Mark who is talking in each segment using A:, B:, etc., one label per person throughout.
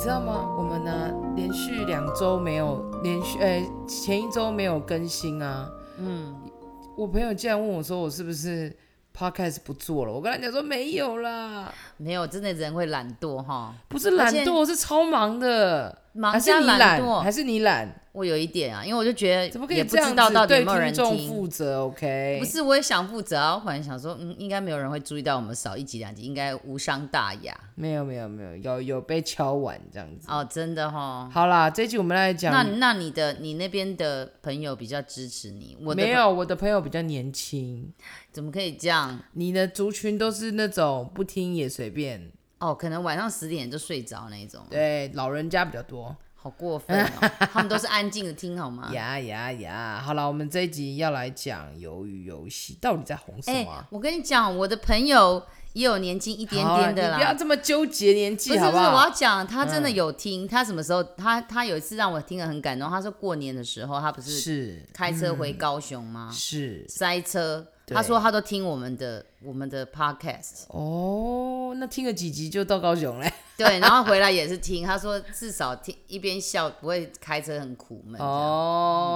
A: 知道吗？我们呢、连续两周没有连续，呃，前一周没有更新啊。
B: 嗯，
A: 我朋友竟然问我说，我是不是 podcast 不做了？我跟他讲说没有啦，
B: 没有，真的人会懒惰哈，
A: 不是懒
B: 而且
A: 惰，是超忙的，
B: 忙
A: 还是
B: 加
A: 你
B: 懒
A: 懒，还
B: 惰。
A: 是你懒？
B: 我有一点啊，因为我就觉得
A: 怎么可以
B: 也不
A: 这
B: 知
A: 样
B: 道到
A: 子
B: 底
A: 对
B: 有没有人
A: 听众
B: 听。
A: 负责？OK，
B: 不是，我也想负责啊。我本来想说，嗯，应该没有人会注意到我们少一集两集，应该无伤大雅。
A: 没有没有没有，有有被敲完这样子。
B: 哦，真的哈、
A: 好啦，这一集我们来
B: 那
A: 讲，
B: 那你的你那边的朋友比较支持你，我的
A: 没有我的朋友比较年轻，
B: 怎么可以这样？
A: 你的族群都是那种不听也随便，
B: 哦，可能晚上十点就睡着那种，
A: 对，老人家比较多。
B: 好过分 哦！他们都是安静的听好吗？
A: 呀呀呀！好了，我们这一集要来讲鱿鱼游戏到底在红什
B: 哎、
A: 么啊？
B: 我跟你讲，我的朋友也有年轻一点
A: 好啦
B: 点的
A: 你
B: 啦。
A: 不要这么纠结年
B: 不
A: 纪，
B: 是不
A: 好
B: 是，
A: 好？嗯
B: 我要讲，他真的有听。他什么时候？他他有一次让我听了很感动。他说过年的时候，他不是
A: 是
B: 开车回高雄吗？
A: 是
B: 塞车，
A: 对
B: 他说他都听我们的我们的 podcast，
A: 哦，那听了几集就到高雄 嘞。
B: 对，然后回来也是听。他说至少听一边笑，不会开车很苦闷。哦，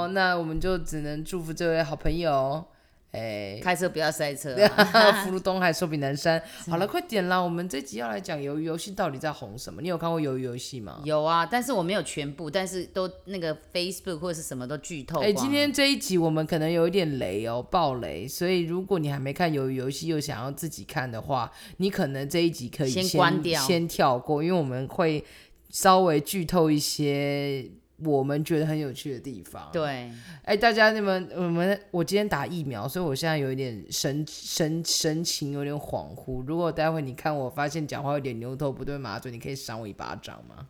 A: 哦，那我们就只能祝福这位好朋友， 哎、
B: 开车不要塞车、啊。
A: 福如东海，寿比南山。好了，快点啦！我们这集要来讲鱿鱼游戏到底在红什么？你有看过鱿鱼游戏吗？
B: 有啊，但是我没有全部，但是都那个 Facebook 或者是什么都剧透光
A: 哎、
B: 了。
A: 今天这一集我们可能有一点雷哦，爆雷。所以如果你还没看鱿鱼游戏，又想要自己看的话，你可能这一集可以
B: 先
A: 先
B: 关掉
A: 先跳过，因为我们会稍微剧透一些我们觉得很有趣的地方。
B: 对，
A: 哎、大家你们我们我今天打疫苗，所以我现在有一点神神神情有点恍惚。如果待会你看我发现讲话有点牛头不对马嘴，你可以赏我一巴掌吗？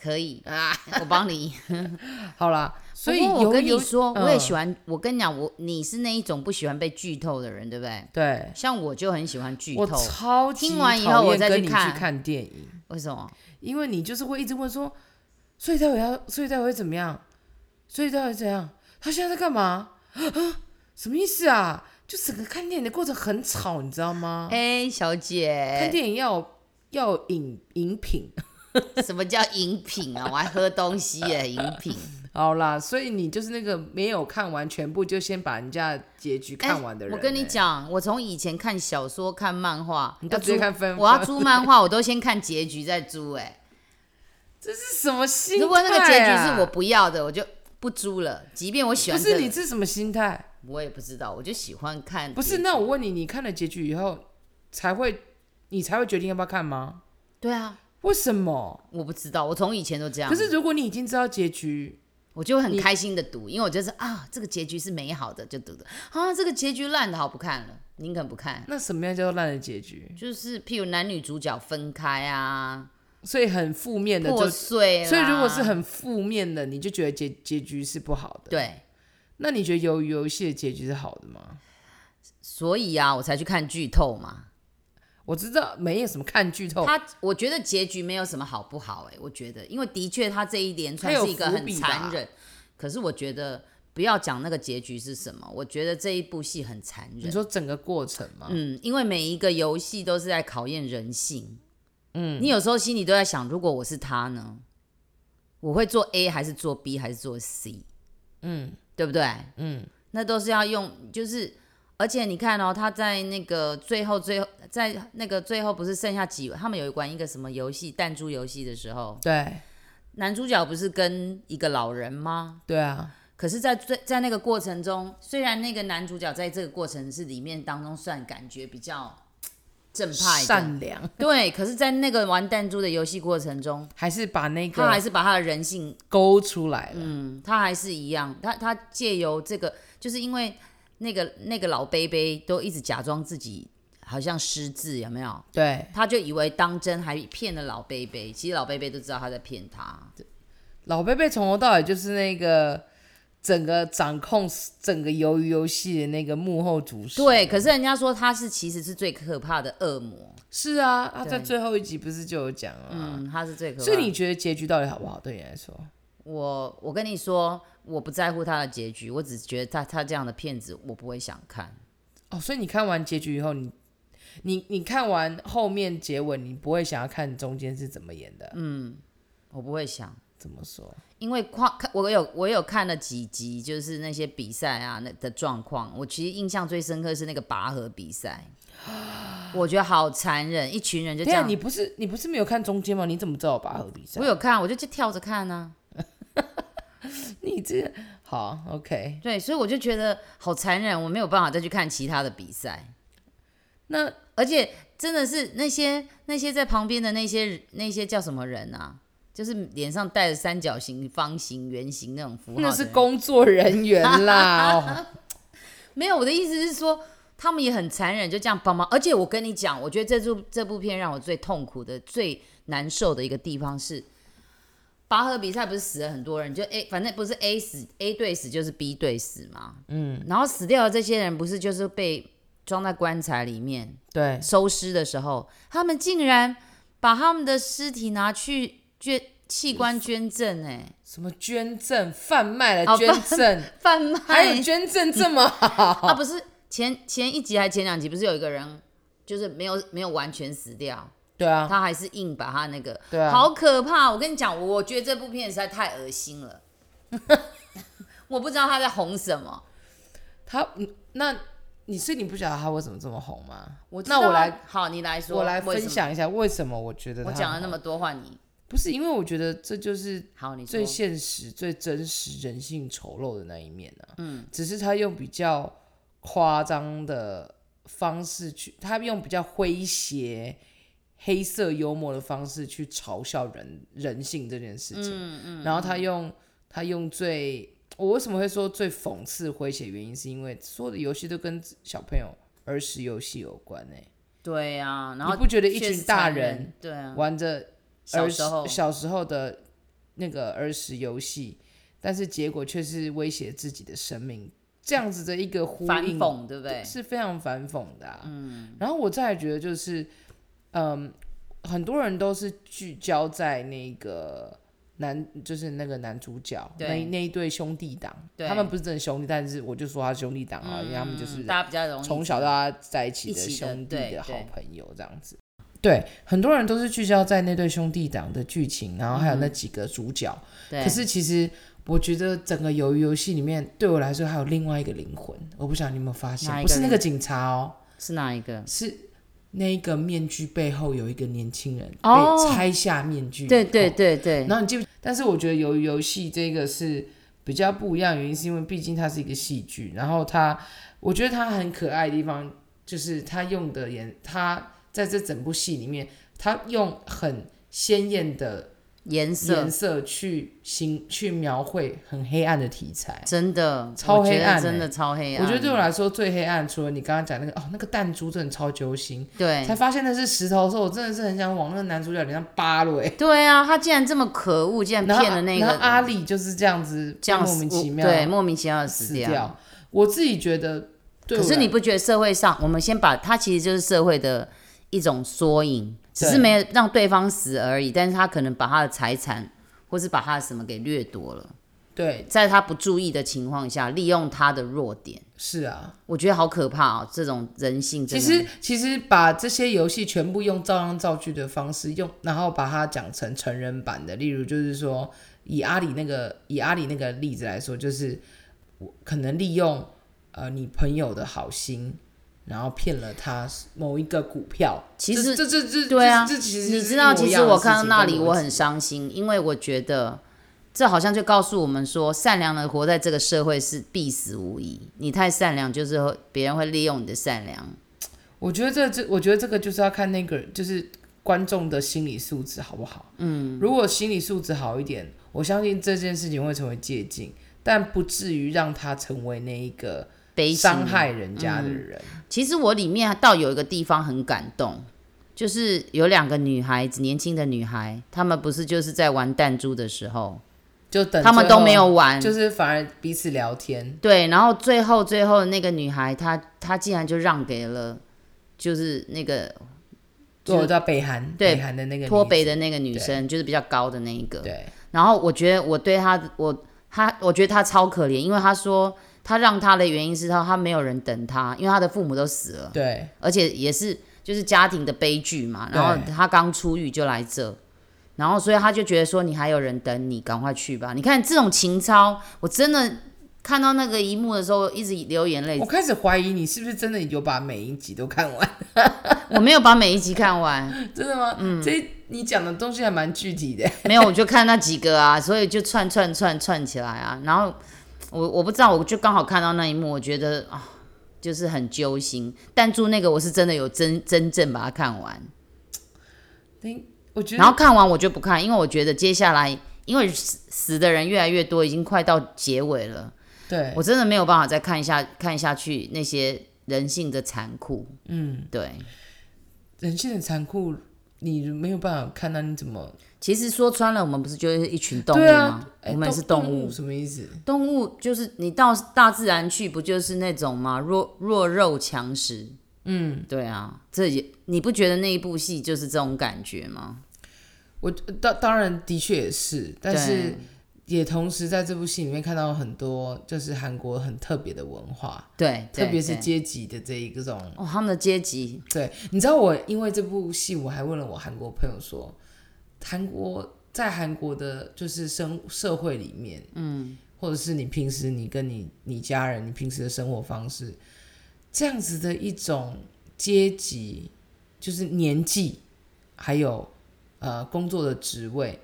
B: 可 以啊，我帮你。
A: 好啦，所以
B: 不过我
A: 有
B: 跟
A: 有
B: 你说，
A: 嗯
B: 我也喜欢。我跟你讲，我你是那一种不喜欢被剧透的人，对不对？
A: 对，
B: 像我就很喜欢剧
A: 我
B: 透，
A: 超级
B: 听完以后
A: 讨厌
B: 我再去
A: 跟你去
B: 看
A: 看电影，
B: 为什么？
A: 因为你就是会一直问说，所以待会要，所以待会会怎么样？所以待会怎样？他现在在干嘛？啊，什么意思啊？就整个看电影的过程很吵，你知道吗？
B: 哎、小
A: 看
B: 姐，
A: 电影要要有饮饮品，
B: 什么叫饮品啊？我还喝东西耶，饮 品。
A: 好啦，所以你就是那个没有看完全部就先把人家的结局看完的人、
B: 哎
A: 欸
B: 我跟你，讲，我从以前看小说、看漫画，
A: 你都直接
B: 租
A: 看分，
B: 我要租漫画，我都先看结局再租、哎。
A: 这是什么心态、啊？
B: 如果那个结局是我不要的，我就不租了。即便我喜
A: 不
B: 欢这
A: 是
B: 个
A: 你是什么心态？
B: 我也不知道，我就喜欢看结局。
A: 不是，那我问你，你看了结局以后，才会你才会决定要不要看吗？
B: 对啊，
A: 为什么？
B: 我不知道，我从以前都这样。
A: 可是如果你已经知道结局，
B: 我就会很开心的读，因为我就是啊，这个结局是美好的，就读的啊，这个结局烂的好不看了，宁肯不看。
A: 那什么样叫做烂的结局？
B: 就是譬如男女主角分开啊，
A: 所以很负面的
B: 破
A: 就，
B: 碎啦。
A: 所以如果是很负面的，你就觉得结结局是不好的。，
B: 对，
A: 那你觉得鱿鱼游戏的结局是好的吗？
B: 所以啊，我才去看剧透嘛。
A: 我知道没有什么看剧透，
B: 他我觉得结局没有什么好不好哎、我觉得，因为的确他这一连串
A: 他有
B: 是一个
A: 伏
B: 很
A: 笔吧
B: 残忍，可是我觉得不要讲那个结局是什么，我觉得这一部戏很残
A: 你
B: 忍。
A: 说整个过程吗？
B: 嗯，因为每一个游戏都是在考验人性。嗯，你有时候心里都在想，如果我是他呢，我会做 A 还是做 B 还是做 C？嗯，对不对？嗯，那都是要用，就是而且你看哦，他在那个最后最后在那个最后不是剩下几，他们有玩一个什么游戏弹珠游戏的时候，
A: 对
B: 男主角不是跟一个老人吗？
A: 对啊，
B: 可是在，最在那个过程中，虽然那个男主角在这个过程是里面当中算感觉比较正派的，
A: 善良
B: 对，可是，在那个玩弹珠的游戏过程中，
A: 还是把那
B: 他还
A: 个
B: 是把他的人性，
A: 勾出来了。
B: 嗯，他还是一样，他他借由这个，就是因为那个那个老贝贝都一直假装自己好像失智，有没有？
A: 对，
B: 他就以为当真，还骗了老贝贝，其实老贝贝都知道他在骗他，
A: 老贝贝从头到尾就是那个整个掌控整个鱿鱼游戏的那个幕后主使。
B: 对。可是人家说他是其实是最可怕的恶魔，
A: 是啊，他在
B: 对
A: 最后一集不是就有讲啊。
B: 嗯，他是最可怕的。
A: 所以你觉得结局到底好不好？对你来说，
B: 我我跟你说，我不在乎他的结局，我只觉得他他这样的骗子，我不会想看。
A: 哦，所以你看完结局以后，你你你看完后面结尾，你不会想要看中间是怎么演的。嗯，
B: 我不会想，
A: 怎么说？
B: 因为跨看我有我有看了几集，就是那些比赛啊那的状况，我其实印象最深刻是那个拔河比赛，我觉得好残忍，一群人就
A: 等
B: 这
A: 一下
B: 样。
A: 啊你不是你不是没有看中间吗？你怎么知道我拔河比赛
B: 我？有看，我就就跳着看啊。
A: 你这个好 OK？
B: 对，所以我就觉得好残忍，我没有办法再去看其他的比赛。
A: 那
B: 而且真的是那些那些在旁边的那些那些叫什么人啊？就是脸上带着三角形、方形、圆形那种符号的人，
A: 那 是工作人员啦。哦
B: 没有，我的意思是说，他们也很残忍，就这样帮忙。而且我跟你讲，我觉得这部这部片让我最痛苦的、最难受的一个地方是，拔河比赛不是死了很多人，就 A 反正不是 A 死 A 队死就是 B 队死嘛，嗯，然后死掉的这些人不是就是被装在棺材里面
A: 对，
B: 收尸的时候，他们竟然把他们的尸体拿去捐器官捐赠、哎
A: 什么捐赠、贩卖
B: 哦
A: 了捐 赠，
B: 哎，贩卖
A: 还有捐赠这么 好？
B: 啊，不是前前一集还前两集，不是有一个人就是没有没有完全死掉，
A: 对啊，
B: 他还是硬把他那个，
A: 对啊
B: 好可怕！我跟你讲，我觉得这部片实在太恶心了， 我不知道他在红什么。
A: 他嗯那你是你不晓得他为什么这么红吗？
B: 我知
A: 那
B: 道
A: 我来
B: 好，你来说，
A: 我来
B: 为什
A: 分
B: 么。
A: 享一下为什么我觉得
B: 我
A: 他
B: 讲了
A: 很
B: 那
A: 红
B: 么多，换你。
A: 不是因为我觉得这就是
B: 好，你说
A: 最。现实、最真实、人性丑陋的那一面呢、嗯，只是他用比较夸张的方式去，他用比较诙谐、黑色幽默的方式去嘲笑人人性这件事情。嗯嗯。然后他用他用最，我为什么会说最讽刺诙谐？原因是因为所有的游戏都跟小朋友儿时游戏有关诶、
B: 对呀、然
A: 你
B: 后
A: 不觉得一
B: 确
A: 群
B: 实
A: 大
B: 残
A: 人
B: 忍？对啊，
A: 玩着
B: 小
A: 儿
B: 时
A: 时
B: 候
A: 小时候的那个儿时游戏，但是结果却是威胁自己的生命，这样子的一个呼
B: 反
A: 应，
B: 讽，对不对？
A: 是非常反讽的、啊。嗯，然后我再来觉得就是，嗯，很多人都是聚焦在那个。男就是那个男主角，
B: 对
A: 那那一对兄弟党，
B: 对
A: 他们不是真的兄弟，但是我就说他兄弟党啊，因为他们就是
B: 嗯大家比较容易
A: 从小到大在一起
B: 一
A: 的
B: 起的
A: 兄弟
B: 对
A: 的好
B: 对
A: 朋友这样子。对，很多人都是聚焦在那对兄弟党的剧情，然后还有那几个主角。
B: 嗯对，
A: 可是其实我觉得整个鱿鱼游戏里面，对我来说还有另外一个灵魂，我不晓得你有没有发现
B: 哪，一
A: 不
B: 个
A: 是那
B: 灵
A: 个警察哦，
B: 是哪一个？
A: 是那个面具背后有一个年轻人
B: 哦
A: 被拆下面具以后。
B: 对对对对，
A: 然后你记不？但是我觉得由于游戏这个是比较不一样，原因是因为毕竟它是一个戏剧，然后它，我觉得它很可爱的地方就是它用的颜，它在这整部戏里面，它用很鲜艳的
B: 颜色
A: 颜色去形去描绘很黑暗的题材。
B: 真的
A: 超
B: 我觉
A: 黑
B: 得
A: 暗
B: 真
A: 欸
B: 的超黑暗。
A: 我觉得对我来说最黑暗，除了你刚刚讲那个哦，那个弹珠真的超揪心，才
B: 对
A: 发现那是石头的时候，我真的是很想往那个男主角脸上扒了、欸。
B: 对啊，他竟然这么可恶，竟然
A: 然后啊
B: 骗了那
A: 然后
B: 个
A: 阿里就是这样子，
B: 这样
A: 莫
B: 死
A: 名
B: 我
A: 其妙
B: 对莫名其妙的
A: 死
B: 死
A: 掉。。我自己觉得，对啊
B: 可
A: 我
B: 是
A: 来
B: 你不觉得社会上，我们先把它其实就是社会的一种缩影，只是没有让对方死而已，但是他可能把他的财产或是把他的什么给掠夺了，
A: 对
B: 在他不注意的情况下，利用他的弱点，
A: 是啊，
B: 我觉得好可怕哦，这种人性真
A: 其
B: 的
A: 实其实把这些游戏全部用照样造句的方式用，然后把它讲成成人版的，例如就是说，以阿里那个以阿里那个例子来说，就是我可能利用呃你朋友的好心。然后骗了他某一个股票，
B: 其
A: 这
B: 实
A: 这这这
B: 对啊
A: 这这其实
B: 你
A: 是
B: 知道，
A: 一模
B: 其
A: 一
B: 实
A: 样的
B: 我
A: 事
B: 看到
A: 情
B: 那
A: 跟
B: 里
A: 逻
B: 我
A: 辑
B: 很伤心，因为我觉得这好像就告诉我们说，善良的活在这个社会是必死无疑。你太善良，就是会别人会利用你的善良。
A: 我觉得这这，我觉得这个就是要看那个就是观众的心理素质好不好。嗯，如果心理素质好一点，我相信这件事情会成为借鉴，但不至于让他成为那一个
B: 悲嗯情
A: 伤害人家的人。
B: 其实我里面倒有一个地方很感动，就是有两个女孩子，年轻的女孩，她们不是就是在玩弹珠的时候，
A: 就等
B: 她们
A: 最后
B: 都没有，玩，
A: 就是反而彼此聊天。
B: 对，然后最后最后那个女孩，她她竟然就让给了，就是那个
A: 我到北韩，
B: 对
A: 北韩的那个
B: 脱
A: 女
B: 北的那个女
A: 对
B: 生，就是比较高的那一个。
A: 对
B: 然后我觉得我对她，我她，我觉得她超可怜，因为她说她让她的原因是她她没有人等她，因为她的父母都死了，
A: 对
B: 而且也是就是家庭的悲剧嘛。
A: 对
B: 然后她刚出狱就来这，然后所以他就觉得说你还有人等你，赶快去吧。你看这种情操，我真的看到那个一幕的时候，一直流眼泪
A: 我。开始怀疑你是不是真的有把每一集都看完，
B: 我没有把每一集看完，
A: 真的吗？嗯，这一你讲的东西还蛮具体的。
B: 没有我就看那几个啊，所以就串串串串起来啊。然后我我不知道，我就刚好看到那一幕，我觉得啊，就是很揪心。弹珠那个我是真的有真真正把它看完。
A: 你我觉得
B: 然后看完我就不看，因为我觉得接下来因为死死的人越来越多，已经快到结尾了，
A: 对，
B: 我真的没有办法再看一下看下去那些人性的残酷。嗯，对。
A: 人性的残酷，你没有办法看到你怎么
B: 其实说穿了，我们不是就是一群动物
A: 对
B: 吗
A: 啊？？哎
B: 我们也是
A: 动
B: 动物，
A: 什么意思？
B: 动物就是你到大自然去，不就是那种吗？弱弱肉强食。嗯，对啊，这也你不觉得那一部戏就是这种感觉吗？
A: 我当当然的确也是，但是也同时在这部戏里面看到很多就是韩国很特别的文化，
B: 对，
A: 特
B: 对
A: 别是
B: 对
A: 阶级的这一个种。
B: 哦，他们的阶级
A: 对，你知道我因为这部戏，我还问了我韩国朋友说，韩国在韩国的就是生社会里面，嗯，或者是你平时你跟你你家人，你平时的生活方式，这样子的一种阶级，就是年纪，还有呃工作的职位，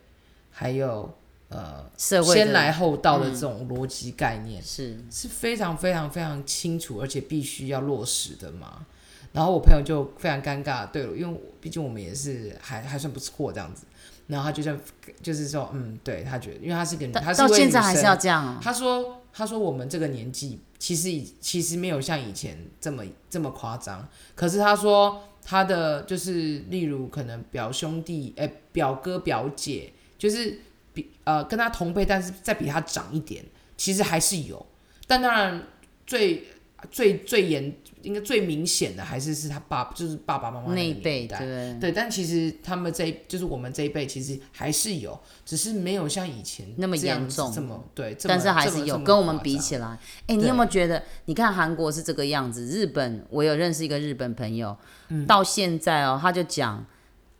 A: 还有呃
B: 社会的嗯
A: 先来后到的这种逻辑概念，
B: 是
A: 是非常非常非常清楚，而且必须要落实的嘛。然后我朋友就非常尴尬，对了，因为我毕竟我们也是还还算不错这样子。然后他就像就是说，嗯，对他觉得，因为他是一个女，
B: 到
A: 他是一
B: 到
A: 位
B: 现
A: 女
B: 在还是
A: 生
B: 要这样哦。
A: 他说：“他说我们这个年纪，其实以其实没有像以前这么这么夸张。可是他说他的就是，例如可能表兄弟、哎、表哥、表姐，就是比呃跟他同辈，但是再比他长一点，其实还是有。但当然最最最严，应该最明显的还是是他爸，就是爸爸妈妈
B: 那
A: 一
B: 一辈，
A: 代。”
B: 对，
A: 对，但其实他们这一就是我们这一辈，其实还是有，只是没有像以前
B: 那么
A: 这样
B: 严
A: 子
B: 重
A: 这么对，这么
B: 但是还
A: 这
B: 是
A: 么
B: 有
A: 这么
B: 跟我们
A: 夸
B: 比
A: 张
B: 起来，哎，你有
A: 对
B: 没有觉得？你看韩国是这个样子，日本我有认识一个日本朋友，
A: 嗯
B: 到现在哦，他就讲，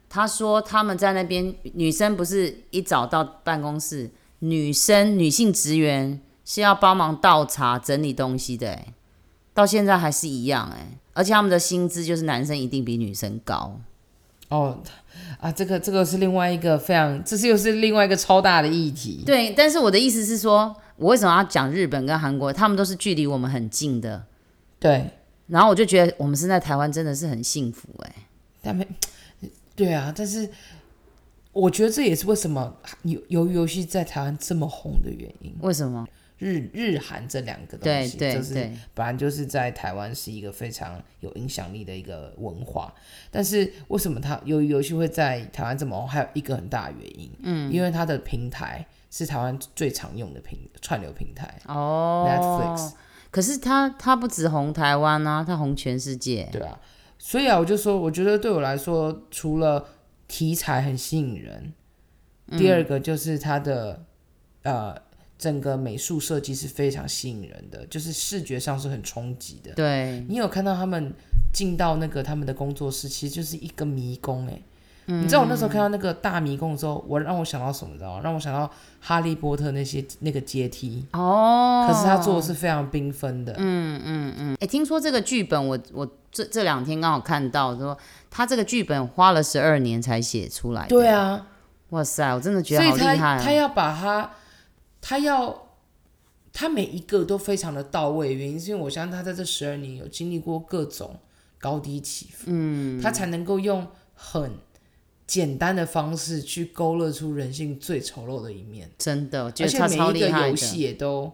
B: 他说他们在那边女生不是一早到办公室，女生女性职员是要帮忙倒茶、整理东西的，哎，到现在还是一样，哎，而且他们的薪资就是男生一定比女生高，
A: 哦啊，这个这个是另外一个非常，这是又是另外一个超大的议题。
B: 对，但是我的意思是说，我为什么要讲日本跟韩国？他们都是距离我们很近的。
A: 对，
B: 然后我就觉得我们是在台湾真的是很幸福哎、
A: 但没对啊，但是我觉得这也是为什么游游游戏在台湾这么红的原因。
B: 为什么？
A: 日日韩这两个东
B: 对
A: 西，
B: 对
A: 就是
B: 对，
A: 本来就是在台湾是一个非常有影响力的一个文化，但是为什么它由于游戏会在台湾这么红，还有一个很大的原因，嗯，因为它的平台是台湾最常用的平串流平台、
B: 哦
A: Netflix，
B: 可是他他不止红台湾啊，他红全世界。
A: 对啊，所以啊，我就说，我觉得对我来说，除了题材很吸引人，第二个就是它的、呃整个美术设计是非常吸引人的，就是视觉上是很冲击的，
B: 对，
A: 你有看到他们进到那个他们的工作室，其实就是一个迷宫哎、你知道我那时候看到那个大迷宫的时候，我让我想到什么？你知道吗？让我想到哈利波特那些那个阶梯，
B: 哦，
A: 可是他做的是非常缤纷的。嗯，
B: 哎、听说这个剧本我，我这这两天刚好看到说，他这个剧本花了十二年才写出来。
A: 对，啊，
B: 哇塞，我真的觉
A: 所
B: 得
A: 以
B: 好厉害、
A: 他
B: 啊。
A: 他要把他他要他每一个都非常的到位，原因是因为我相信他在这十二年有经历过各种高低起伏，嗯，他才能够用很简单的方式去勾勒出人性最丑陋的一面。
B: 真的，我觉
A: 而
B: 得
A: 且
B: 他
A: 每
B: 超
A: 一
B: 厉
A: 个
B: 害
A: 游
B: 的。嗯
A: 戏也都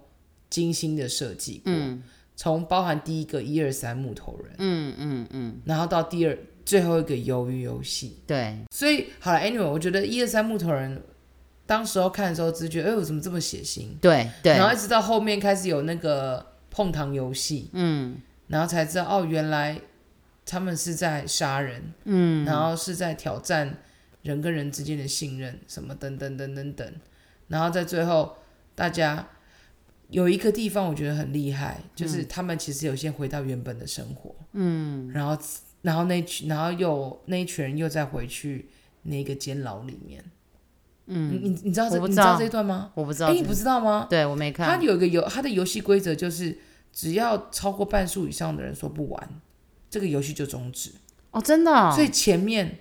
A: 精心的设计过，从包含第一个一二三木头人，嗯嗯嗯，然后到第二最后一个鱿鱼游戏，
B: 对，
A: 所以好了，anyway，我觉得一二三木头人当时候看的时候，只是觉得哎，我怎么这么血腥？
B: 对，
A: 然后
B: 对，
A: 一直到后面开始有那个碰糖游戏，嗯，然后才知道哦，原来他们是在杀人，嗯，然后是在挑战人跟人之间的信任，什么等等等等等，然后在最后大家有一个地方我觉得很厉害，
B: 嗯
A: 就是他们其实有先回到原本的生活，嗯，然后然后那群然后又那一群人又再回去那个监牢里面，嗯，你你知道这
B: 我不
A: 你
B: 知
A: 知道
B: 道
A: 这一段吗？
B: 我不知道
A: 哎，
B: 这，
A: 你不知道吗？
B: 对我没
A: 它
B: 看，
A: 有一个游，它的游戏规则就是，只要超过半数以上的人说不玩，这个游戏就终止。
B: 哦，真的哦，
A: 所以前面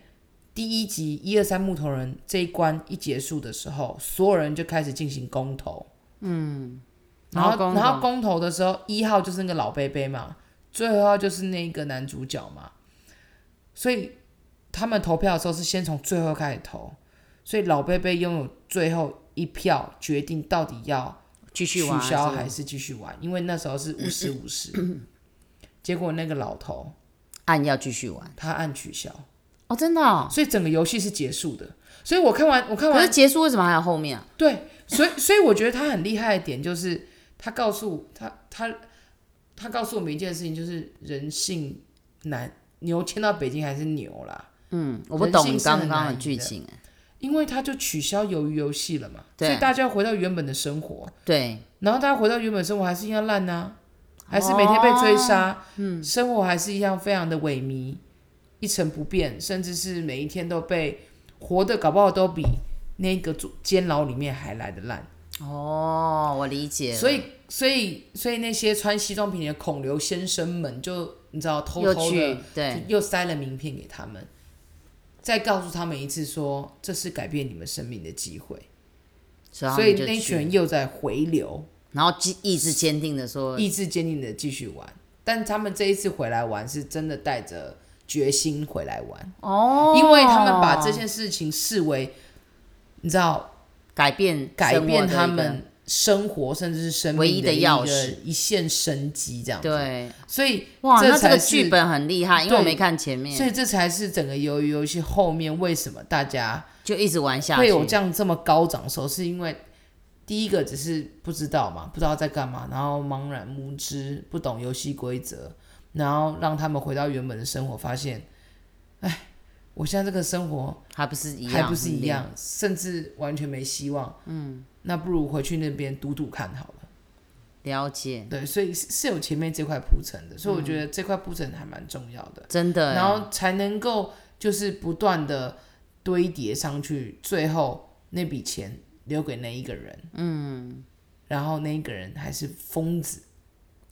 A: 第一集一二三木头人这一关一结束的时候，所有人就开始进行公投。嗯，然
B: 然后公
A: 后
B: 投
A: 然后公投的时候，一号就是那个老贝贝嘛，最后一号就是那个男主角嘛。所以他们投票的时候是先从最后开始投，所以老贝贝拥有最后一票决定到底要
B: 继续
A: 取
B: 玩嗯
A: 消
B: 是
A: 还是继续玩，因为那时候是五十五 十。结果那个老头
B: 按啊要继续玩，
A: 他按取消，
B: 哦，真的哦，
A: 所以整个游戏是结束的。所以我看完，我看
B: 可
A: 完
B: 是，结束为什么还有后面啊？
A: 对，所以 所以我觉得他很厉害的点就是，他告诉他他他告诉我们一件事情，就是人性难牛迁到北京还是牛啦，
B: 嗯，我不
A: 人
B: 懂
A: 性
B: 你
A: 是
B: 刚
A: 很
B: 刚的
A: 难
B: 剧
A: 的
B: 情，
A: 因为他就取消鱿鱼游戏了嘛，所
B: 对
A: 以大家要回到原本的生活。
B: 对，
A: 然后大家回到原本生活还是一样烂呐、还是每天被追
B: 哦
A: 杀，嗯，生活还是一样非常的萎靡，一成不变，甚至是每一天都被活的，搞不好都比那个主监牢里面还来的烂。
B: 哦，我理解了，
A: 所以，所以，所以那些穿西装笔挺的孔刘先生们就，你知道偷
B: 又
A: 偷
B: 去哎
A: 的
B: 对，
A: 又塞了名片给他们，再告诉他们一次说，这是改变你们生命的机会。
B: 所
A: 所
B: 以他们
A: 以
B: 啊就
A: 那
B: 去
A: 群人又在回流，
B: 然后坚意志坚定的说，
A: 意志坚定的继续玩。但他们这一次回来玩，是真的带着决心回来玩，
B: 哦，
A: 因为他们把这件事情视为，你知道，
B: 改变
A: 哦改
B: 生活
A: 变
B: 的
A: 他
B: 一个
A: 们生活甚至是生命
B: 唯一的
A: 的一
B: 钥
A: 个
B: 匙
A: 一线生机这样子。，
B: 对，
A: 所以
B: 哇，
A: 这
B: 那这
A: 才
B: 个
A: 是
B: 剧本很厉害，因为
A: 对
B: 我没看前面
A: 所，以这才是整个鱿鱼游戏后面为什么大家
B: 就一直玩下去，
A: 会有这样这么高涨的时候，是因为第一个只是不知道嘛，不知道在干嘛，然后茫然无知，不懂游戏规则，然后让他们回到原本的生活，发现，哎，我现在这个生活
B: 还不是一样，
A: 还不是一
B: 很厉害，
A: 样，甚至完全没希望。嗯，那不如回去那边赌赌看好了。
B: 了解，
A: 对，所以是是有前面这块铺陈的，所以我觉得这块铺陈还蛮重要的。
B: 真的耶，
A: 然后才能够就是不断的堆叠上去，最后那笔钱留给那一个人，嗯，然后那一个人还是疯子，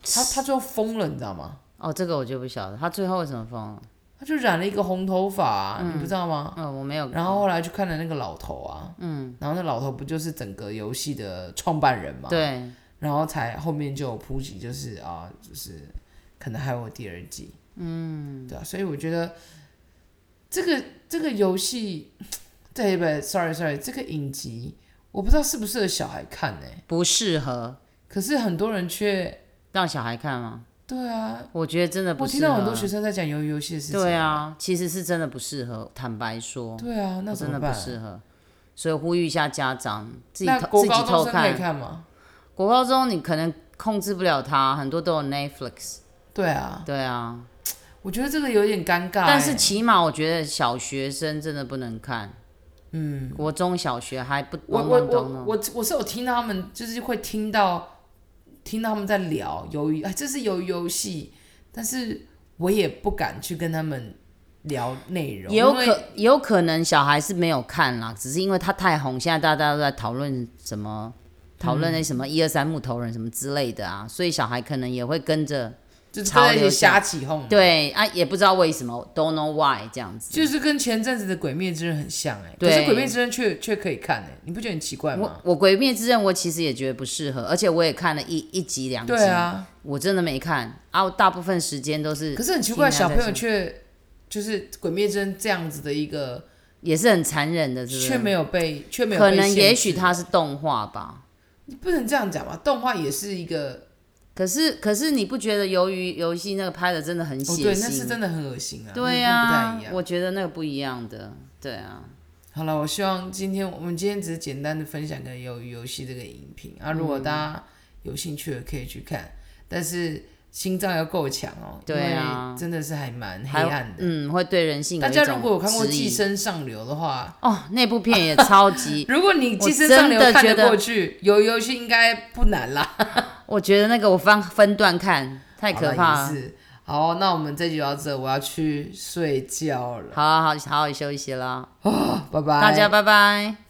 A: 他他最后疯了，你知道吗？
B: 哦，这个我就不晓得，他最后为什么疯了？
A: 他就染了一个红头发啊、你不知道吗？
B: 嗯，我没有，
A: 然后后来去看了那个老头啊，嗯，然后那老头不就是整个游戏的创办人吗？，
B: 对，
A: 然后才后面就有普及，就是啊，就是可能还有第二季，嗯，对啊，所以我觉得这个这个游戏，对不？Sorry Sorry，这个影集我不知道适不适合小孩看呢、
B: 不适合
A: 可是很多人却
B: 让小孩看吗？
A: 对啊，
B: 我觉得真的不
A: 我
B: 适合，啊
A: 听到很多学生在讲游游戏的事情，
B: 对啊，其实是真的不适合，坦白说，
A: 对啊，那怎
B: 真
A: 么
B: 的不
A: 办？
B: 适合，所以呼吁一下家长自己
A: 那
B: 偷
A: 国
B: 自己
A: 高
B: 偷
A: 中生可以
B: 看，
A: 看吗？
B: 国高中你可能控制不了他，很多都有 Netflix，
A: 对啊，
B: 对啊，
A: 我觉得这个有点尴尬欸、
B: 但是起码我觉得小学生真的不能看，嗯，国中小学还不
A: 我
B: 懵
A: 我
B: 懵
A: 我
B: 懂懂，
A: 我我是有听到他们，就是会听到听到他们在聊鱿鱼，哎，这是鱿鱼游戏，但是我也不敢去跟他们聊内容，
B: 也有
A: 因为
B: 可也有可能小孩是没有看啦，只是因为他太红，现在大家都在讨论什么，讨论那什么一二三木头人什么之类的啊，所以小孩可能也会跟着，
A: 就是
B: 潮
A: 在那些
B: 流
A: 瞎起哄，，
B: 对啊，也不知道为什么，don't know why 这样子。
A: 嗯就是跟前阵子的《鬼灭之刃》很像哎、可
B: 对
A: 是《鬼灭之刃》却却可以看哎、你不觉得很奇怪
B: 我
A: 吗？
B: 我《鬼灭之刃》我其实也觉得不适合，而且我也看了一一集两集，
A: 对啊，
B: 我真的没看啊，我大部分时间都是
A: 可是很奇怪，
B: 听人
A: 小
B: 家
A: 朋
B: 在
A: 友却就是《鬼灭之刃》这样子的一个，
B: 也是很残忍的，是
A: 却
B: 不
A: 没有被却没
B: 是？
A: 有被
B: 可能
A: 限
B: 也
A: 制
B: 许它是动画吧，
A: 你不能这样讲吧，动画也是一个，
B: 可是可是你不觉得由于游戏那个拍的真的很
A: 哦
B: 血
A: 对，那是
B: 腥？
A: 真的很恶心啊，
B: 对
A: 呀、
B: 啊，
A: 不太一样。
B: 我觉得那个不一样的，对啊，
A: 好了，我希望今天我们今天只是简单的分享个鱿鱼游戏这个影评啊，如
B: 嗯
A: 果大家有兴趣的可以去看，但是心脏要够强哦，
B: 对啊
A: 因为真的是还蛮黑
B: 还有
A: 暗的。
B: 嗯，会对人性有
A: 大
B: 一
A: 家
B: 种
A: 如果有看过《
B: 质疑
A: 寄生上流》的话，
B: 哦，那部片也超级
A: 如果你《
B: 我
A: 寄生上流
B: 真》的
A: 看
B: 觉得
A: 得过去，鱿鱼游戏应该不难啦，
B: 我觉得那个我分分段看太可怕
A: 好啦
B: 了
A: 也。是好，那我们这集就到这，我要去睡觉了，
B: 好好好好好休息啦，
A: 拜拜，
B: 大家拜拜。